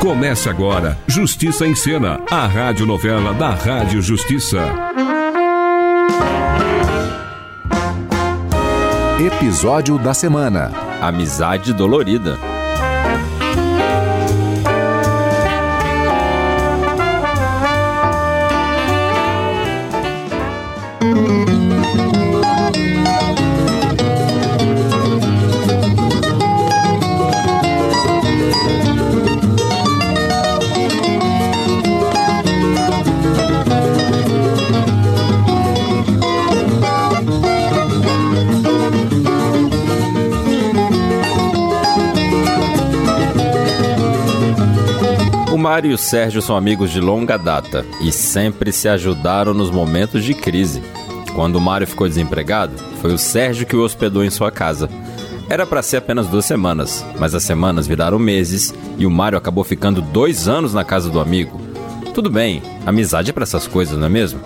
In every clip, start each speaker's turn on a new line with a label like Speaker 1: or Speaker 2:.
Speaker 1: Começa agora Justiça em Cena, a rádio novela da Rádio Justiça.
Speaker 2: Episódio da semana.
Speaker 3: Amizade dolorida. O Mário e o Sérgio são amigos de longa data e sempre se ajudaram nos momentos de crise. Quando o Mário ficou desempregado, foi o Sérgio que o hospedou em sua casa. Era para ser apenas duas semanas, mas as semanas viraram meses e o Mário acabou ficando dois anos na casa do amigo. Tudo bem, amizade é para essas coisas, não é mesmo?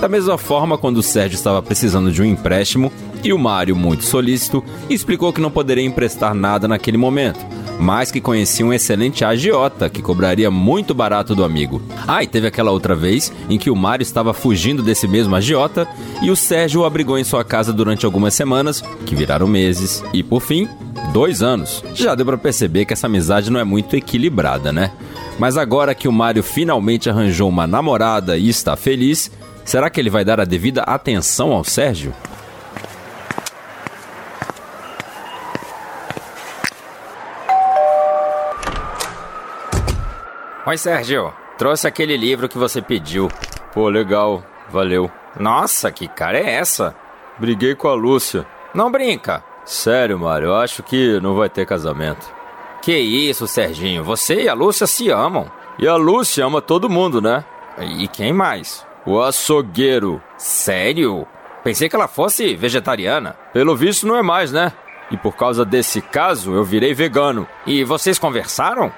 Speaker 3: Da mesma forma, quando o Sérgio estava precisando de um empréstimo e o Mário, muito solícito, explicou que não poderia emprestar nada naquele momento, mas que conhecia um excelente agiota que cobraria muito barato do amigo. Ah, e teve aquela outra vez em que o Mário estava fugindo desse mesmo agiota e o Sérgio o abrigou em sua casa durante algumas semanas, que viraram meses, e por fim, dois anos. Já deu pra perceber que essa amizade não é muito equilibrada, né? Mas agora que o Mário finalmente arranjou uma namorada e está feliz, será que ele vai dar a devida atenção ao Sérgio? Oi, Sérgio. Trouxe aquele livro que você pediu. Pô, legal. Valeu. Nossa, que cara é essa? Briguei com a Lúcia. Não brinca. Sério, Mário, eu acho que não vai ter casamento. Que isso, Serginho. Você e a Lúcia se amam. E a Lúcia ama todo mundo, né? E quem mais? O açougueiro. Sério? Pensei que ela fosse vegetariana. Pelo visto, não é mais, né? E por causa desse caso, eu virei vegano. E vocês conversaram?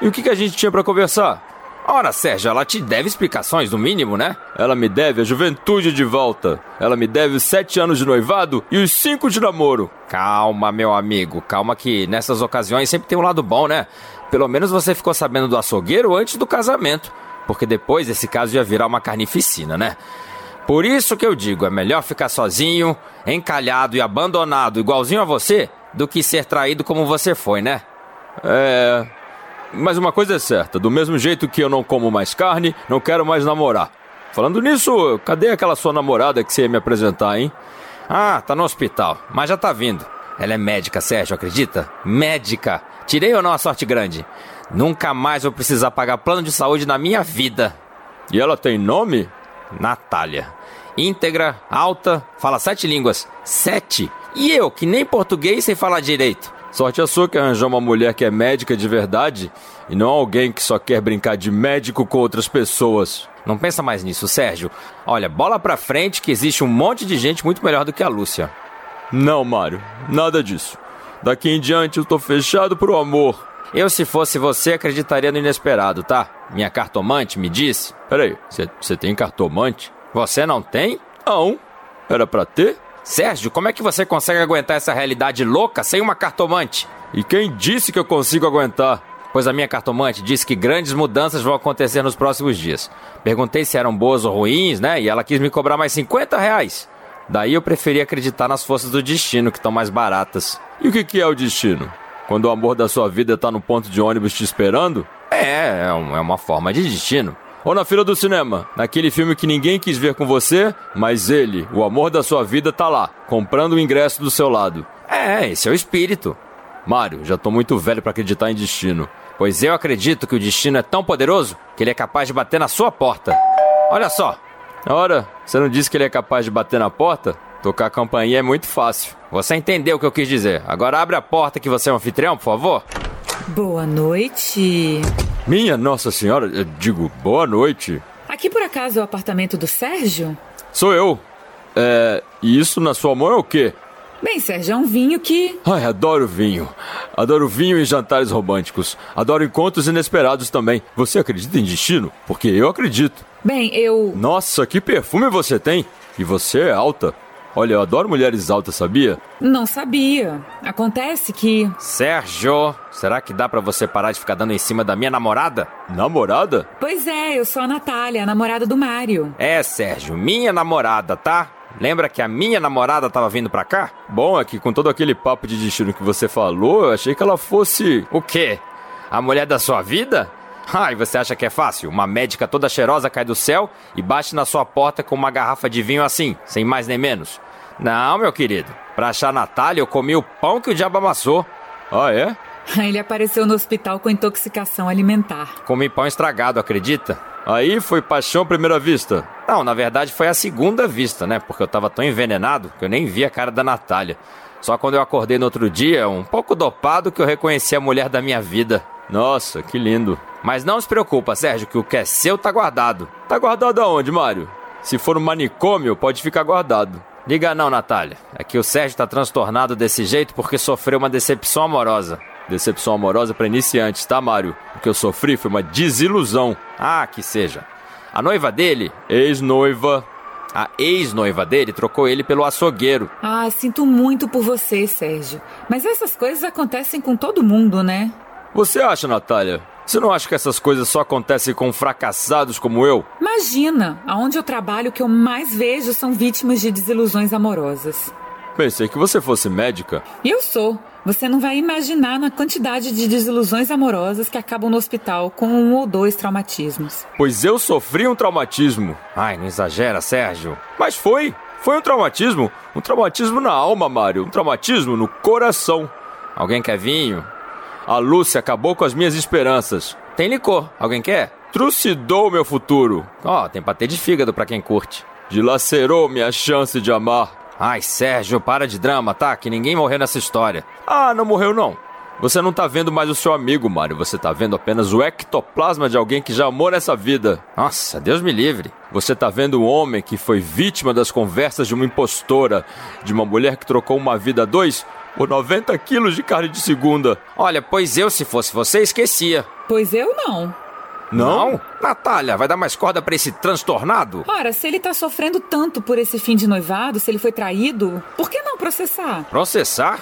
Speaker 3: E o que, que a gente tinha pra conversar? Ora, Sérgio, ela te deve explicações, no mínimo, né? Ela me deve a juventude de volta. Ela me deve os sete anos de noivado e os cinco de namoro. Calma, meu amigo. Calma que nessas ocasiões sempre tem um lado bom, né? Pelo menos você ficou sabendo do açougueiro antes do casamento. Porque depois esse caso ia virar uma carnificina, né? Por isso que eu digo, é melhor ficar sozinho, encalhado e abandonado igualzinho a você, do que ser traído como você foi, né? É, mas uma coisa é certa, do mesmo jeito que eu não como mais carne, não quero mais namorar. Falando nisso, cadê aquela sua namorada que você ia me apresentar, hein? Ah, tá no hospital, mas já tá vindo. Ela é médica, Sérgio, acredita? Médica! Tirei ou não a sorte grande? Nunca mais vou precisar pagar plano de saúde na minha vida. E ela tem nome? Natália. Íntegra, alta, fala sete línguas. Sete? E eu, que nem português sei falar direito. Sorte a sua que arranjar uma mulher que é médica de verdade e não alguém que só quer brincar de médico com outras pessoas. Não pensa mais nisso, Sérgio. Olha, bola pra frente que existe um monte de gente muito melhor do que a Lúcia. Não, Mário, nada disso. Daqui em diante eu tô fechado pro amor. Eu, se fosse você, acreditaria no inesperado, tá? Minha cartomante me disse. Peraí, você tem cartomante? Você não tem? Não. Era pra ter? Sérgio, como é que você consegue aguentar essa realidade louca sem uma cartomante? E quem disse que eu consigo aguentar? Pois a minha cartomante disse que grandes mudanças vão acontecer nos próximos dias. Perguntei se eram boas ou ruins, né? E ela quis me cobrar mais 50 reais. Daí eu preferi acreditar nas forças do destino, que estão mais baratas. E o que, que é o destino? Quando o amor da sua vida tá no ponto de ônibus te esperando? É, é um- é uma forma de destino. Ou na fila do cinema, naquele filme que ninguém quis ver com você, mas ele, o amor da sua vida, tá lá, comprando o ingresso do seu lado. É, esse é o espírito. Mário, já tô muito velho pra acreditar em destino. Pois eu acredito que o destino é tão poderoso que ele é capaz de bater na sua porta. Olha só, Ora, você não disse que ele é capaz de bater na porta? Tocar a campainha é muito fácil. Você entendeu o que eu quis dizer. Agora abre a porta que você é um anfitrião, por favor.
Speaker 4: Boa noite.
Speaker 3: Minha Nossa Senhora, eu digo boa noite.
Speaker 4: A
Speaker 5: Aqui por acaso é o apartamento do Sérgio?
Speaker 3: Sou eu. É, e isso na sua mão é o quê?
Speaker 5: Bem, Sérgio, é um vinho que.
Speaker 3: Ai, adoro vinho. Adoro vinho e jantares românticos. Adoro encontros inesperados também. Você acredita em destino? Porque eu acredito.
Speaker 5: Bem, eu.
Speaker 3: Nossa, que perfume você tem! E você é alta. Olha, eu adoro mulheres altas, sabia?
Speaker 5: não sabia. Acontece que.
Speaker 3: Sérgio, será que dá para você parar de ficar dando em cima da minha namorada? Namorada?
Speaker 5: Pois é, eu sou a Natália, a namorada do Mário.
Speaker 3: É, Sérgio, minha namorada, tá? Lembra que a minha namorada tava vindo pra cá? Bom, é que com todo aquele papo de destino que você falou, eu achei que ela fosse. O quê? A mulher da sua vida? Ai, você acha que é fácil? Uma médica toda cheirosa cai do céu e bate na sua porta com uma garrafa de vinho assim, sem mais nem menos. Não, meu querido. Pra achar a Natália, eu comi o pão que o diabo amassou. Ah, é?
Speaker 5: Ele apareceu no hospital com intoxicação alimentar.
Speaker 3: Comi pão estragado, acredita? Aí foi paixão à primeira vista. Não, na verdade foi a segunda vista, né? Porque eu tava tão envenenado que eu nem vi a cara da Natália. Só quando eu acordei no outro dia, um pouco dopado, que eu reconheci a mulher da minha vida. Nossa, que lindo. Mas não se preocupa, Sérgio, que o que é seu tá guardado. Tá guardado aonde, Mário? Se for um manicômio, pode ficar guardado. Liga não, Natália. É que o Sérgio tá transtornado desse jeito porque sofreu uma decepção amorosa. Decepção amorosa pra iniciantes, tá, Mário? O que eu sofri foi uma desilusão. Ah, que seja. A noiva dele, ex-noiva. A ex-noiva dele trocou ele pelo açougueiro.
Speaker 5: Ah, sinto muito por você, Sérgio. Mas essas coisas acontecem com todo mundo, né?
Speaker 3: Você acha, Natália? Você não acha que essas coisas só acontecem com fracassados como eu?
Speaker 5: Imagina, aonde eu trabalho, o que eu mais vejo são vítimas de desilusões amorosas.
Speaker 3: Pensei que você fosse médica.
Speaker 5: E eu sou. Você não vai imaginar na quantidade de desilusões amorosas que acabam no hospital com um ou dois traumatismos.
Speaker 3: Pois eu sofri um traumatismo. Ai, não exagera, Sérgio. Mas foi. Foi um traumatismo. Um traumatismo na alma, Mário. Um traumatismo no coração. Alguém quer vinho? A Lúcia acabou com as minhas esperanças. Tem licor. Alguém quer? Trucidou o meu futuro. Ó, tem patê de fígado pra quem curte. Dilacerou minha chance de amar. Ai, Sérgio, para de drama, tá? Que ninguém morreu nessa história. Ah, não morreu não. Você não tá vendo mais o seu amigo, Mário. Você tá vendo apenas o ectoplasma de alguém que já amou nessa vida. Nossa, Deus me livre. Você tá vendo um homem que foi vítima das conversas de uma impostora, de uma mulher que trocou uma vida a dois por 90 quilos de carne de segunda. Olha, pois eu, se fosse você, esquecia.
Speaker 5: Pois eu não.
Speaker 3: Não? Natália, vai dar mais corda pra esse transtornado?
Speaker 5: Ora, se ele tá sofrendo tanto por esse fim de noivado, se ele foi traído, por que não processar?
Speaker 3: Processar?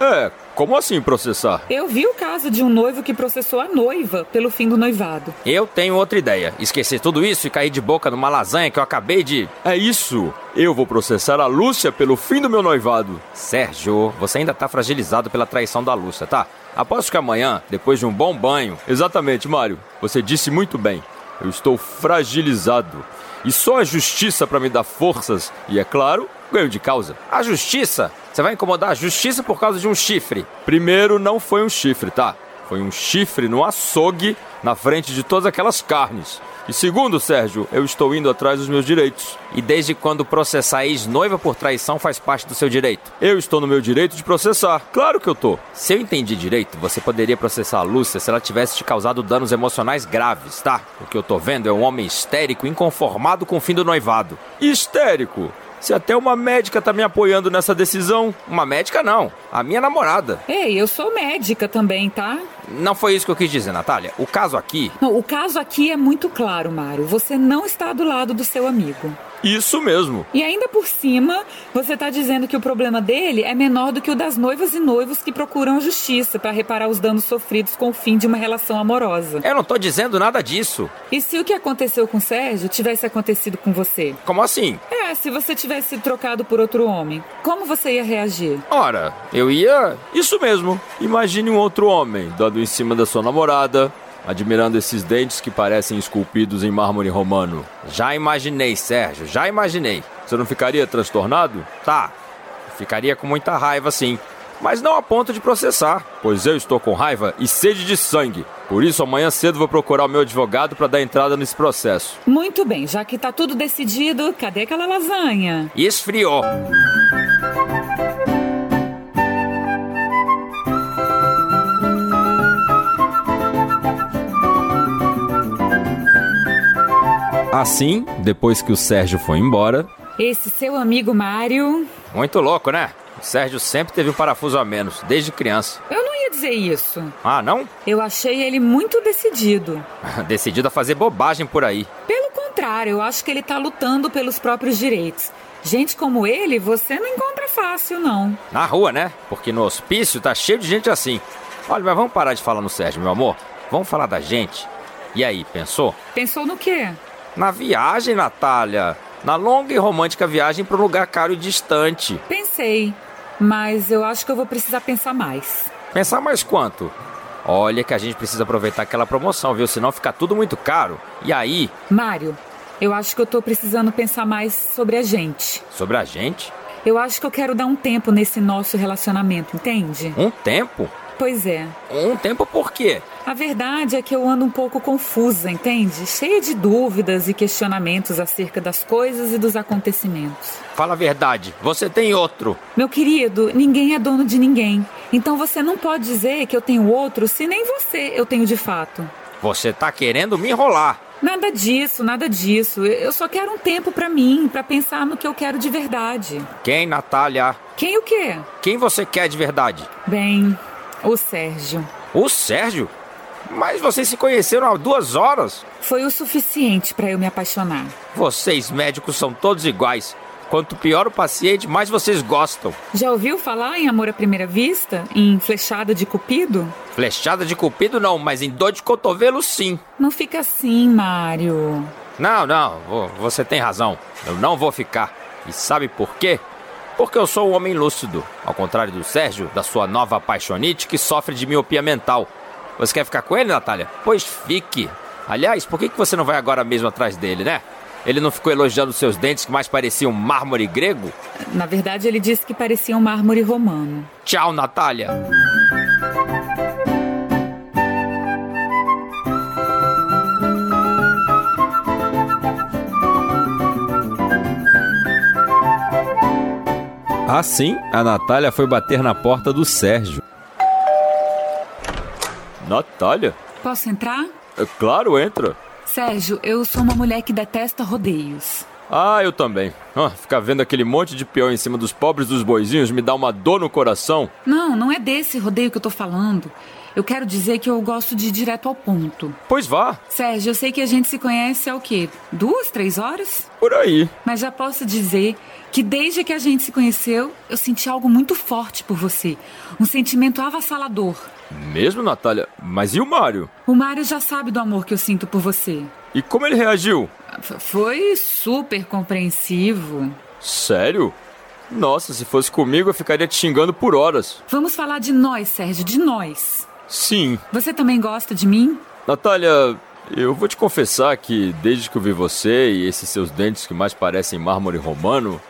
Speaker 3: É, como assim processar?
Speaker 5: Eu vi o caso de um noivo que processou a noiva pelo fim do noivado.
Speaker 3: Eu tenho outra ideia. Esquecer tudo isso e cair de boca numa lasanha que eu acabei de. É isso! Eu vou processar a Lúcia pelo fim do meu noivado. Sérgio, você ainda tá fragilizado pela traição da Lúcia, tá? Aposto que amanhã, depois de um bom banho. Exatamente, Mário. Você disse muito bem. Eu estou fragilizado. E só a justiça pra me dar forças. E é claro, ganho de causa. A justiça? Você vai incomodar a justiça por causa de um chifre? Primeiro, não foi um chifre, tá? Foi um chifre no açougue na frente de todas aquelas carnes. E segundo, Sérgio, eu estou indo atrás dos meus direitos. E desde quando processar ex-noiva por traição faz parte do seu direito? Eu estou no meu direito de processar. Claro que eu tô. Se eu entendi direito, você poderia processar a Lúcia se ela tivesse te causado danos emocionais graves, tá? O que eu tô vendo é um homem histérico inconformado com o fim do noivado. Histérico? Se até uma médica tá me apoiando nessa decisão. Uma médica não, a minha namorada.
Speaker 5: Ei, eu sou médica também, tá?
Speaker 3: Não foi isso que eu quis dizer, Natália. O caso aqui
Speaker 5: Não, o caso aqui é muito claro, Mário. Você não está do lado do seu amigo.
Speaker 3: Isso mesmo.
Speaker 5: E ainda por cima, você tá dizendo que o problema dele é menor do que o das noivas e noivos que procuram a justiça para reparar os danos sofridos com o fim de uma relação amorosa.
Speaker 3: Eu não tô dizendo nada disso.
Speaker 5: E se o que aconteceu com o Sérgio tivesse acontecido com você?
Speaker 3: Como assim?
Speaker 5: É, se você tivesse sido trocado por outro homem, como você ia reagir?
Speaker 3: Ora, eu ia. Isso mesmo. Imagine um outro homem dando em cima da sua namorada, admirando esses dentes que parecem esculpidos em mármore romano. Já imaginei, Sérgio, já imaginei. Você não ficaria transtornado? Tá. Ficaria com muita raiva, sim. Mas não a ponto de processar, pois eu estou com raiva e sede de sangue. Por isso, amanhã cedo vou procurar o meu advogado para dar entrada nesse processo.
Speaker 5: Muito bem, já que tá tudo decidido, cadê aquela lasanha?
Speaker 3: Esfriou. Assim, depois que o Sérgio foi embora.
Speaker 5: Esse seu amigo Mário.
Speaker 3: Muito louco, né? O Sérgio sempre teve um parafuso a menos, desde criança.
Speaker 5: Eu não ia dizer isso.
Speaker 3: Ah, não?
Speaker 5: Eu achei ele muito decidido.
Speaker 3: Decidido a fazer bobagem por aí.
Speaker 5: Pelo contrário, eu acho que ele tá lutando pelos próprios direitos. Gente como ele, você não encontra fácil, não.
Speaker 3: Na rua, né? Porque no hospício tá cheio de gente assim. Olha, mas vamos parar de falar no Sérgio, meu amor. Vamos falar da gente. E aí, pensou?
Speaker 5: Pensou no quê?
Speaker 3: Na viagem, Natália. Na longa e romântica viagem para um lugar caro e distante.
Speaker 5: Pensei, mas eu acho que eu vou precisar pensar mais.
Speaker 3: Pensar mais quanto? Olha que a gente precisa aproveitar aquela promoção, viu? Senão fica tudo muito caro. E aí?
Speaker 5: Mário, eu acho que eu tô precisando pensar mais sobre a gente.
Speaker 3: Sobre a gente?
Speaker 5: Eu acho que eu quero dar um tempo nesse nosso relacionamento, entende?
Speaker 3: Um tempo?
Speaker 5: Pois é.
Speaker 3: Um tempo por quê?
Speaker 5: A verdade é que eu ando um pouco confusa, entende? Cheia de dúvidas e questionamentos acerca das coisas e dos acontecimentos.
Speaker 3: Fala a verdade, você tem outro.
Speaker 5: Meu querido, ninguém é dono de ninguém. Então você não pode dizer que eu tenho outro se nem você eu tenho de fato.
Speaker 3: Você tá querendo me enrolar.
Speaker 5: Nada disso, nada disso. Eu só quero um tempo pra mim, pra pensar no que eu quero de verdade.
Speaker 3: Quem, Natália?
Speaker 5: Quem o quê?
Speaker 3: Quem você quer de verdade?
Speaker 5: Bem, o Sérgio.
Speaker 3: O Sérgio? Mas vocês se conheceram há duas horas.
Speaker 5: Foi o suficiente pra eu me apaixonar.
Speaker 3: Vocês médicos são todos iguais. Quanto pior o paciente, mais vocês gostam.
Speaker 5: Já ouviu falar em amor à primeira vista? Em flechada de cupido?
Speaker 3: Flechada de cupido não, mas em dor de cotovelo sim.
Speaker 5: Não fica assim, Mário.
Speaker 3: Não, não, vo- você tem razão. Eu não vou ficar. E sabe por quê? Porque eu sou um homem lúcido, ao contrário do Sérgio, da sua nova apaixonite que sofre de miopia mental. Você quer ficar com ele, Natália? Pois fique. Aliás, por que que você não vai agora mesmo atrás dele, né? Ele não ficou elogiando seus dentes que mais pareciam mármore grego?
Speaker 5: Na verdade, ele disse que parecia um mármore romano.
Speaker 3: Tchau, Natália! Assim, a Natália foi bater na porta do Sérgio. Natália?
Speaker 5: Posso entrar?
Speaker 3: É claro, entra.
Speaker 5: Sérgio, eu sou uma mulher que detesta rodeios.
Speaker 3: Ah, eu também. Ah, ficar vendo aquele monte de peão em cima dos pobres dos boizinhos me dá uma dor no coração.
Speaker 5: Não, não é desse rodeio que eu tô falando. Eu quero dizer que eu gosto de ir direto ao ponto.
Speaker 3: Pois vá,
Speaker 5: Sérgio, eu sei que a gente se conhece há o quê? Duas, três horas?
Speaker 3: por aí.
Speaker 5: Mas já posso dizer que desde que a gente se conheceu, eu senti algo muito forte por você. Um sentimento avassalador.
Speaker 3: Mesmo, Natália? Mas e o Mário?
Speaker 5: O Mário já sabe do amor que eu sinto por você.
Speaker 3: E como ele reagiu?
Speaker 5: F- foi super compreensivo.
Speaker 3: Sério? Nossa, se fosse comigo eu ficaria te xingando por horas.
Speaker 5: Vamos falar de nós, Sérgio, de nós.
Speaker 3: Sim.
Speaker 5: Você também gosta de mim?
Speaker 3: Natália, eu vou te confessar que desde que eu vi você e esses seus dentes que mais parecem mármore romano,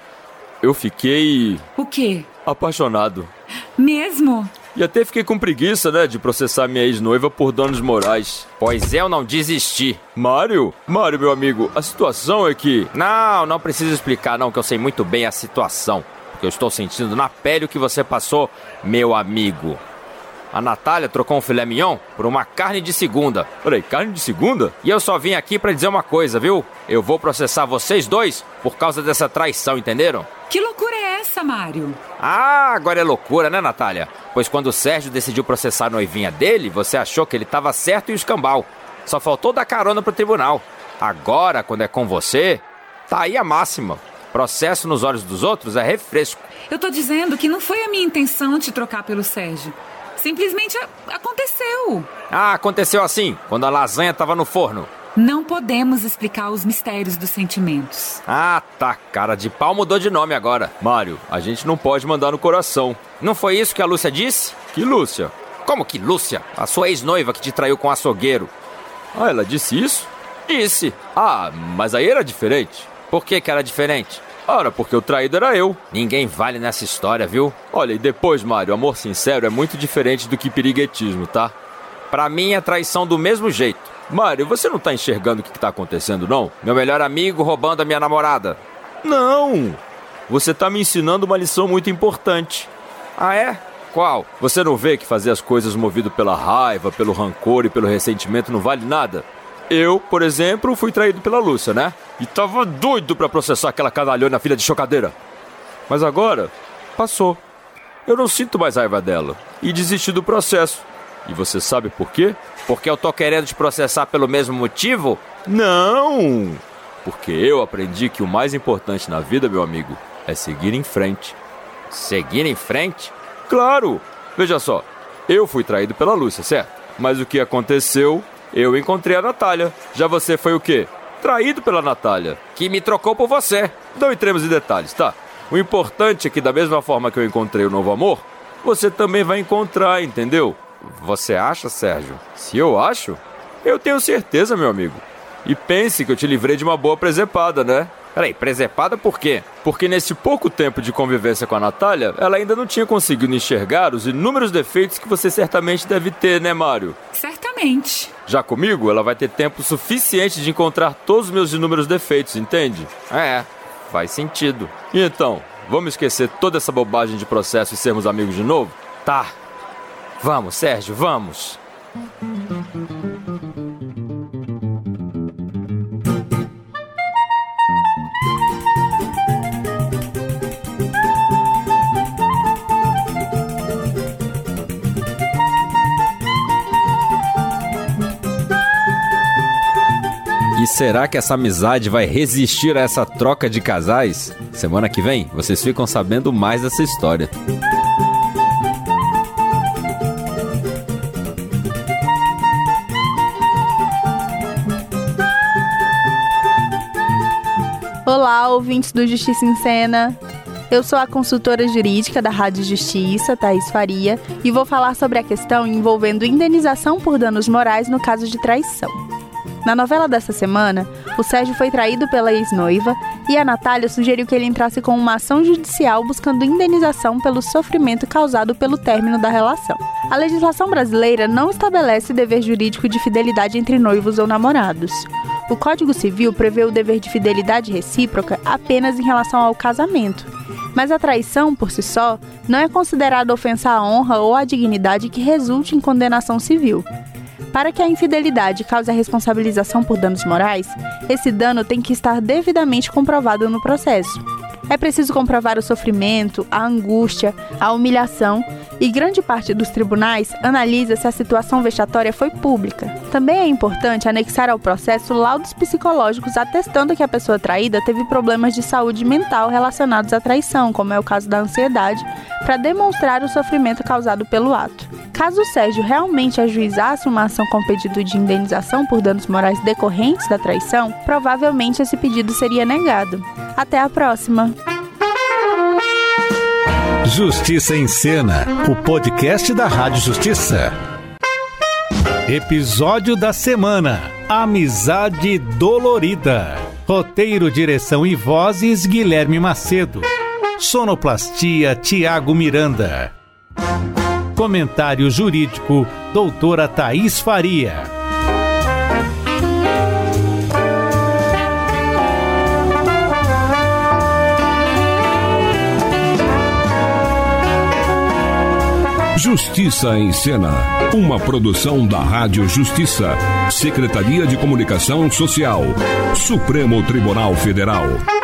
Speaker 3: eu fiquei
Speaker 5: O quê?
Speaker 3: apaixonado.
Speaker 5: Mesmo?
Speaker 3: E até fiquei com preguiça, né, de processar minha ex-noiva por danos morais. Pois é, eu não desisti. Mário? Mário, meu amigo, a situação é que... Não, não precisa explicar não, que eu sei muito bem a situação. Porque eu estou sentindo na pele o que você passou, meu amigo. A Natália trocou um filé mignon por uma carne de segunda. Peraí, carne de segunda? E eu só vim aqui pra dizer uma coisa, viu? Eu vou processar vocês dois por causa dessa traição, entenderam?
Speaker 5: Que loucura é essa, Mário?
Speaker 3: Ah, agora é loucura, né, Natália? Pois quando o Sérgio decidiu processar a noivinha dele, você achou que ele tava certo e o escambau. Só faltou dar carona pro tribunal. Agora, quando é com você, tá aí a máxima. Processo nos olhos dos outros é refresco.
Speaker 5: Eu tô dizendo que não foi a minha intenção te trocar pelo Sérgio. Simplesmente a- aconteceu.
Speaker 3: Ah, aconteceu assim, quando a lasanha tava no forno.
Speaker 5: Não podemos explicar os mistérios dos sentimentos.
Speaker 3: Ah, tá, cara de pau mudou de nome agora. Mário, a gente não pode mandar no coração. Não foi isso que a Lúcia disse? Que Lúcia? Como que Lúcia? A sua ex-noiva que te traiu com o açougueiro. Ah, ela disse isso? Disse. Ah, mas aí era diferente. Por que que era diferente? Ora, porque o traído era eu. Ninguém vale nessa história, viu? Olha, e depois, Mário, amor sincero é muito diferente do que piriguetismo, tá? Pra mim é traição do mesmo jeito. Mário, você não tá enxergando o que, que tá acontecendo, não? Meu melhor amigo roubando a minha namorada. Não! Você tá me ensinando uma lição muito importante. Ah, é? Qual? Você não vê que fazer as coisas movido pela raiva, pelo rancor e pelo ressentimento não vale nada? Eu, por exemplo, fui traído pela Lúcia, né? E tava doido pra processar aquela canalhona filha de chocadeira. Mas agora, passou. Eu não sinto mais raiva dela. E desisti do processo. E você sabe por quê? Porque eu tô querendo te processar pelo mesmo motivo? Não! Porque eu aprendi que o mais importante na vida, meu amigo, é seguir em frente. Seguir em frente? Claro! Veja só, eu fui traído pela Lúcia, certo? Mas o que aconteceu? Eu encontrei a Natália. Já você foi o quê? Traído pela Natália. Que me trocou por você. Não entremos em detalhes, tá? O importante é que, da mesma forma que eu encontrei o novo amor, você também vai encontrar, entendeu? Você acha, Sérgio? Se eu acho? Eu tenho certeza, meu amigo. E pense que eu te livrei de uma boa presepada, né? Peraí, presepada por quê? Porque nesse pouco tempo de convivência com a Natália, ela ainda não tinha conseguido enxergar os inúmeros defeitos que você certamente deve ter, né, Mário?
Speaker 5: Certamente.
Speaker 3: Já comigo, ela vai ter tempo suficiente de encontrar todos os meus inúmeros defeitos, entende? É, faz sentido. E então, vamos esquecer toda essa bobagem de processo e sermos amigos de novo? Tá. Vamos, Sérgio, vamos. E será que essa amizade vai resistir a essa troca de casais? Semana que vem vocês ficam sabendo mais dessa história.
Speaker 4: Olá, ouvintes do Justiça em Cena. Eu sou a consultora jurídica da Rádio Justiça, Thaís Faria, e vou falar sobre a questão envolvendo indenização por danos morais no caso de traição. Na novela dessa semana, o Sérgio foi traído pela ex-noiva e a Natália sugeriu que ele entrasse com uma ação judicial buscando indenização pelo sofrimento causado pelo término da relação. A legislação brasileira não estabelece dever jurídico de fidelidade entre noivos ou namorados. O Código Civil prevê o dever de fidelidade recíproca apenas em relação ao casamento. Mas a traição, por si só, não é considerada ofensa à honra ou à dignidade que resulte em condenação civil. Para que a infidelidade cause a responsabilização por danos morais, esse dano tem que estar devidamente comprovado no processo. É preciso comprovar o sofrimento, a angústia, a humilhação, e grande parte dos tribunais analisa se a situação vexatória foi pública. Também é importante anexar ao processo laudos psicológicos atestando que a pessoa traída teve problemas de saúde mental relacionados à traição, como é o caso da ansiedade, para demonstrar o sofrimento causado pelo ato. Caso o Sérgio realmente ajuizasse uma ação com pedido de indenização por danos morais decorrentes da traição, provavelmente esse pedido seria negado. Até a próxima!
Speaker 6: Justiça em Cena, o podcast da Rádio Justiça. Episódio da semana: Amizade Dolorida. Roteiro, direção e vozes: Guilherme Macedo. Sonoplastia: Tiago Miranda. Comentário jurídico: Doutora Thaís Faria.
Speaker 1: Justiça em Cena. Uma produção da Rádio Justiça. Secretaria de Comunicação Social. Supremo Tribunal Federal.